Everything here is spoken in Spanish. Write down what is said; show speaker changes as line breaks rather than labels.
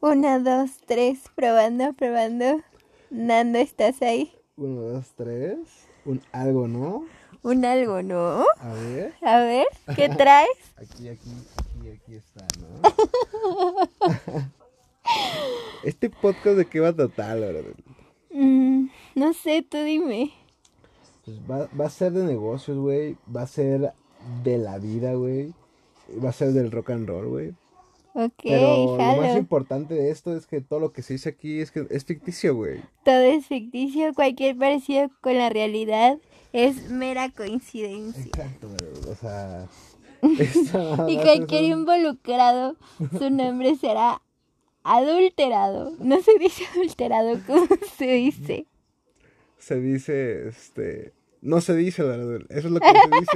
Una, dos, tres, probando, probando. Nando, ¿estás ahí?
Uno, dos, tres. Un algo, ¿no?
Un algo, ¿no?
A ver.
A ver, ¿qué traes?
Aquí, aquí, aquí, aquí está, ¿no? este podcast de qué va a tratar, la verdad.
Mm, no sé, tú dime.
Pues va, va a ser de negocios, güey. Va a ser de la vida, güey. Va a ser del rock and roll, güey.
Ok,
Pero lo más
jalo.
importante de esto es que todo lo que se dice aquí es que es ficticio, güey.
Todo es ficticio, cualquier parecido con la realidad es mera coincidencia.
Exacto, güey. O sea. esta
Y
madre
cualquier
es un-
involucrado, su nombre será adulterado. No se dice adulterado, ¿cómo se dice?
se dice, este, no se dice, la verdad, eso es lo que se dice,